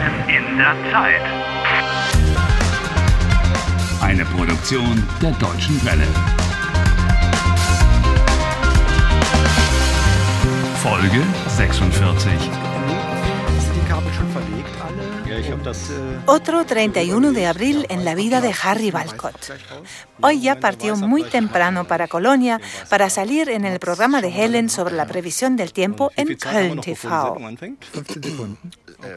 der Zeit. Eine Produktion der Deutschen Welle. Folge 46. Sind die Kabel schon verlegt alle? Ja, ich habe das. Otro 31 de abril en la vida de Harry Balcott. Hoy ya partió muy temprano para Colonia para salir en el programa de Helen sobre la previsión del tiempo en Köln TV. anfängt? Hm. 15 Sekunden.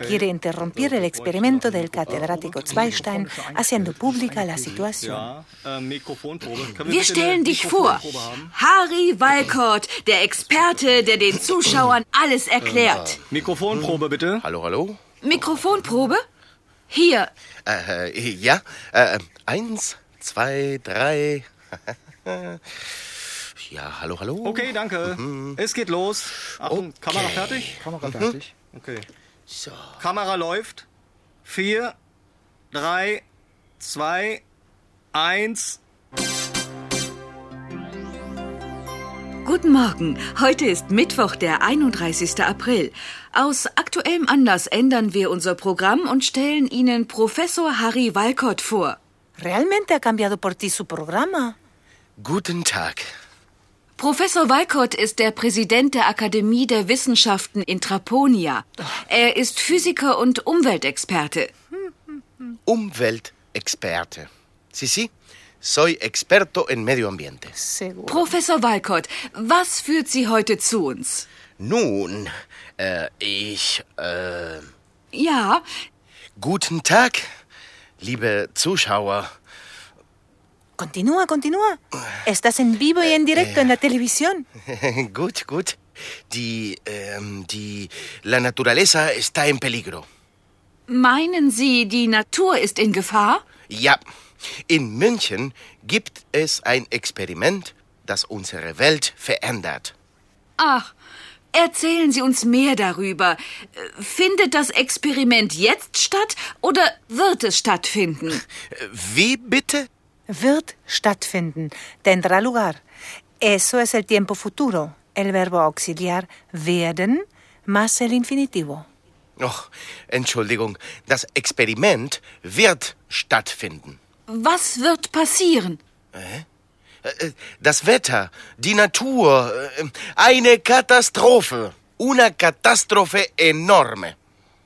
Quiere interrumpir el experimento del catedrático Zweistein haciendo pública la situación. Ja, äh, Mikrofonprobe. Können Wir bitte stellen eine dich vor. Mikrofonprobe haben? Harry Walcott, der Experte, der den Zuschauern alles erklärt. Mikrofonprobe bitte. Hallo, hallo? Mikrofonprobe? Hier. Äh, äh, ja, äh, eins, zwei, drei. ja, hallo, hallo. Okay, danke. Es geht los. Achtung, Okay. Kamera fertig? Mhm. Kamera fertig. Okay. So. Kamera läuft. Vier, drei, zwei, eins. Guten Morgen. Heute ist Mittwoch, der 31. April. Aus aktuellem Anlass ändern wir unser Programm und stellen Ihnen Professor Harry Walcott vor. ¿Realmente ha cambiado por ti su programa? Guten Tag. Professor Walcott ist der Präsident der Akademie der Wissenschaften in Traponia. Er ist Physiker und Umweltexperte. Umweltexperte. Sí, sí. Soy experto en medio ambiente. Oh. Seguro. Professor Walcott, was führt Sie heute zu uns? Nun, äh, ich, äh, Ja, guten Tag, liebe Zuschauer. Continúa, continúa. Estás en vivo y en directo en la televisión. gut, gut. Die, ähm, die, la naturaleza está en peligro. meinen Sie, die Natur ist in Gefahr? Ja, in München gibt es ein Experiment, das unsere Welt verändert. Ach, erzählen Sie uns mehr darüber. Findet das Experiment jetzt statt oder wird es stattfinden? Äh, Wie bitte? Wird stattfinden. Tendrá lugar. Eso es el tiempo futuro. El verbo auxiliar werden más el infinitivo. Och, Entschuldigung, das Experiment wird stattfinden. Was wird passieren? Äh, äh, Das Wetter, die Natur, äh, eine Katastrophe. Una catástrofe enorme.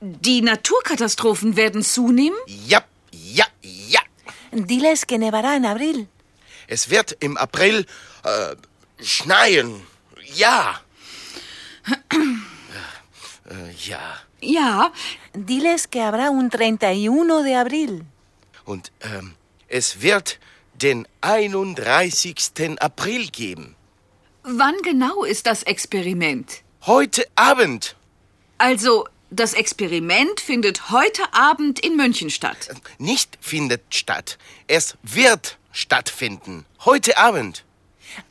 Die Naturkatastrophen werden zunehmen? Ja, ja, ja. Diles que nevará en abril. Es wird im April äh, schneien. Ja. äh, ja. Ja, Diles que habrá un 31 de abril. Und ähm, es wird den 31. April geben. wann genau ist das Experiment? Heute Abend. Also, das Experiment findet heute Abend in München statt. Nicht findet statt. Es wird stattfinden. Heute Abend.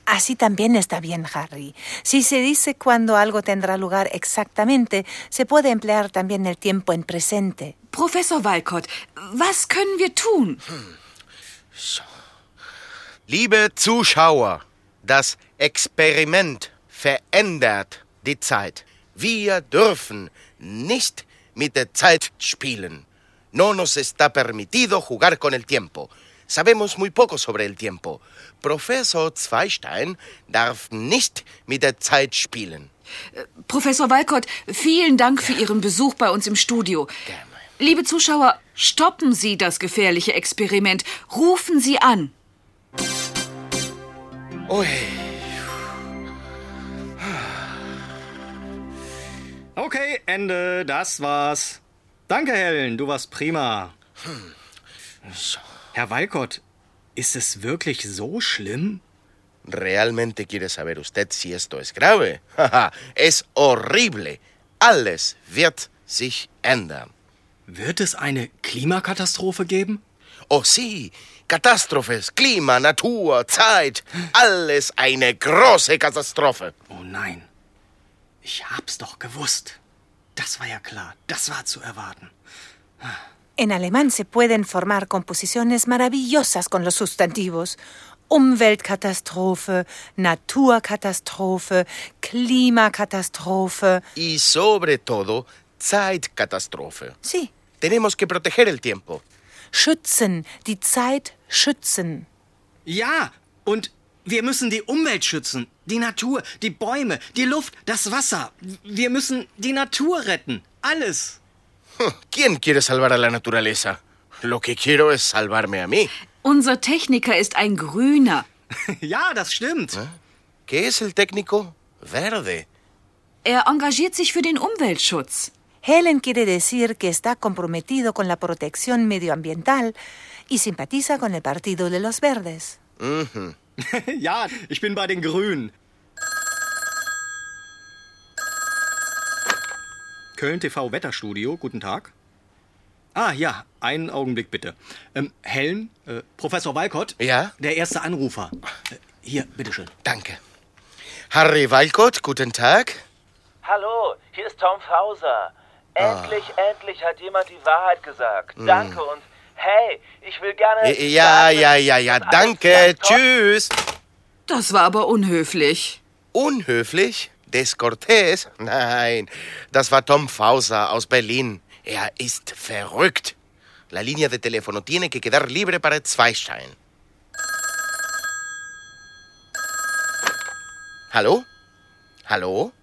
Así también está bien, Harry. Si se dice cuándo algo tendrá lugar exactamente, se puede emplear también el tiempo en presente. Professor Walcott, was können wir tun? Liebe Zuschauer, das Experiment verändert die Zeit. Wir dürfen nicht mit der Zeit spielen. No nos está permitido jugar con el tiempo. Sabemos muy poco sobre el tiempo. Professor Zweistein darf nicht mit der Zeit spielen. Professor Walcott, vielen Dank für Ihren Besuch bei uns im Studio. Liebe Zuschauer, stoppen Sie das gefährliche Experiment. Rufen Sie an. Ui, Okay, Ende. Das war's. Danke, Helen. Du warst prima. Herr Walcott, ist es wirklich so schlimm? ¿realmente quiere saber usted si esto es grave? Haha, es horrible. Alles wird sich ändern. Wird es eine Klimakatastrophe geben? Oh sí, Katastrophs, Klima, Natur, Zeit, alles eine große Katastrophe. Oh nein. Ich hab's doch gewusst. Das war ja klar. Das war zu erwarten. En alemán se pueden formar composiciones maravillosas con los sustantivos. Umweltkatastrophe, Naturkatastrophe, Klimakatastrophe. Y sobre todo, Zeitkatastrophe. Sí, Tenemos que proteger el tiempo. Schützen, die Zeit schützen. Ja, und wir müssen die Umwelt schützen, die Natur, die Bäume, die Luft, das Wasser. Wir müssen die Natur retten. Alles. ¿Quién quiere salvar a la naturaleza? Lo que quiero es salvarme a mí. Unser Techniker ist ein Grüner. Ja, das stimmt. ¿Qué es el técnico? Verde. Er engagiert sich für den Umweltschutz. Helen quiere decir que está comprometido con la protección medioambiental y simpatiza con el Partido de los Verdes. Ja, ich bin bei den Grünen. Köln TV Wetterstudio, guten Tag. Ah ja, einen Augenblick bitte. Ähm, Helen, äh, Professor Walcott. Ja? Der erste Anrufer. Äh, hier, bitteschön. Danke. Harry Walcott, guten Tag. Hallo, hier ist Tom Fauser. Ah. Endlich, endlich hat jemand die Wahrheit gesagt. Danke und hey, ich will gerne. Hm. Ja, ja, ja, ja, dass alles danke. ganz toll- Tschüss. Das war aber unhöflich. Unhöflich? Descortés? Nein, das war Tom Fauser aus Berlin. Er ist verrückt. La línea de teléfono tiene que quedar libre para Zweistein. Hallo? Hallo?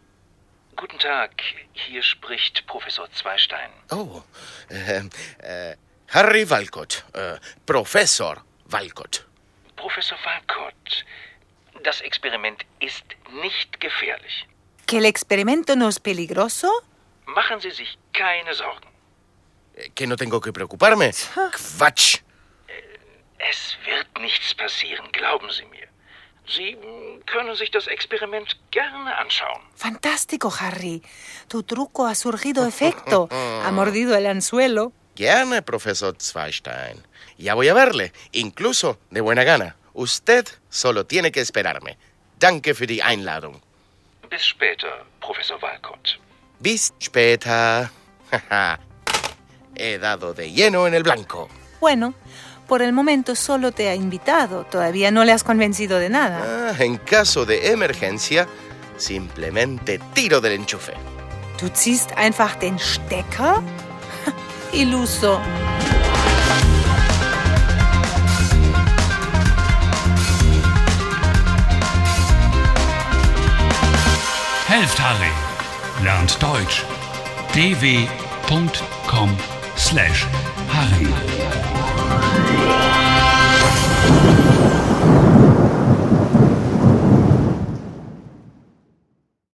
Guten Tag, hier spricht Professor Zweistein. Oh, äh, äh, Harry Walcott, äh, Professor Walcott. Professor Walcott, das Experiment ist nicht gefährlich. ¿Que el experimento no es peligroso? Machen Sie sich keine Sorgen. Äh, Que no tengo que preocuparme. Quatsch. Es wird nichts passieren, glauben Sie mir. Sie mm, können sich das Experiment gerne anschauen. Fantástico, Harry. Tu truco ha surgido efecto. Ha mordido el anzuelo. Gerne, Professor Zweistein. Ya voy a verle, incluso de buena gana. Usted solo tiene que esperarme. Danke für die Einladung. Bis später, Professor Walcott. Bis später. Jaja. He dado de lleno en el blanco. Bueno, por el momento solo te ha invitado. Todavía no le has convencido de nada. Ah, en caso de emergencia, simplemente tiro del enchufe. Du ziehst einfach den Stecker? Iluso. Helft Harry. Lernt Deutsch. dw.com/harry.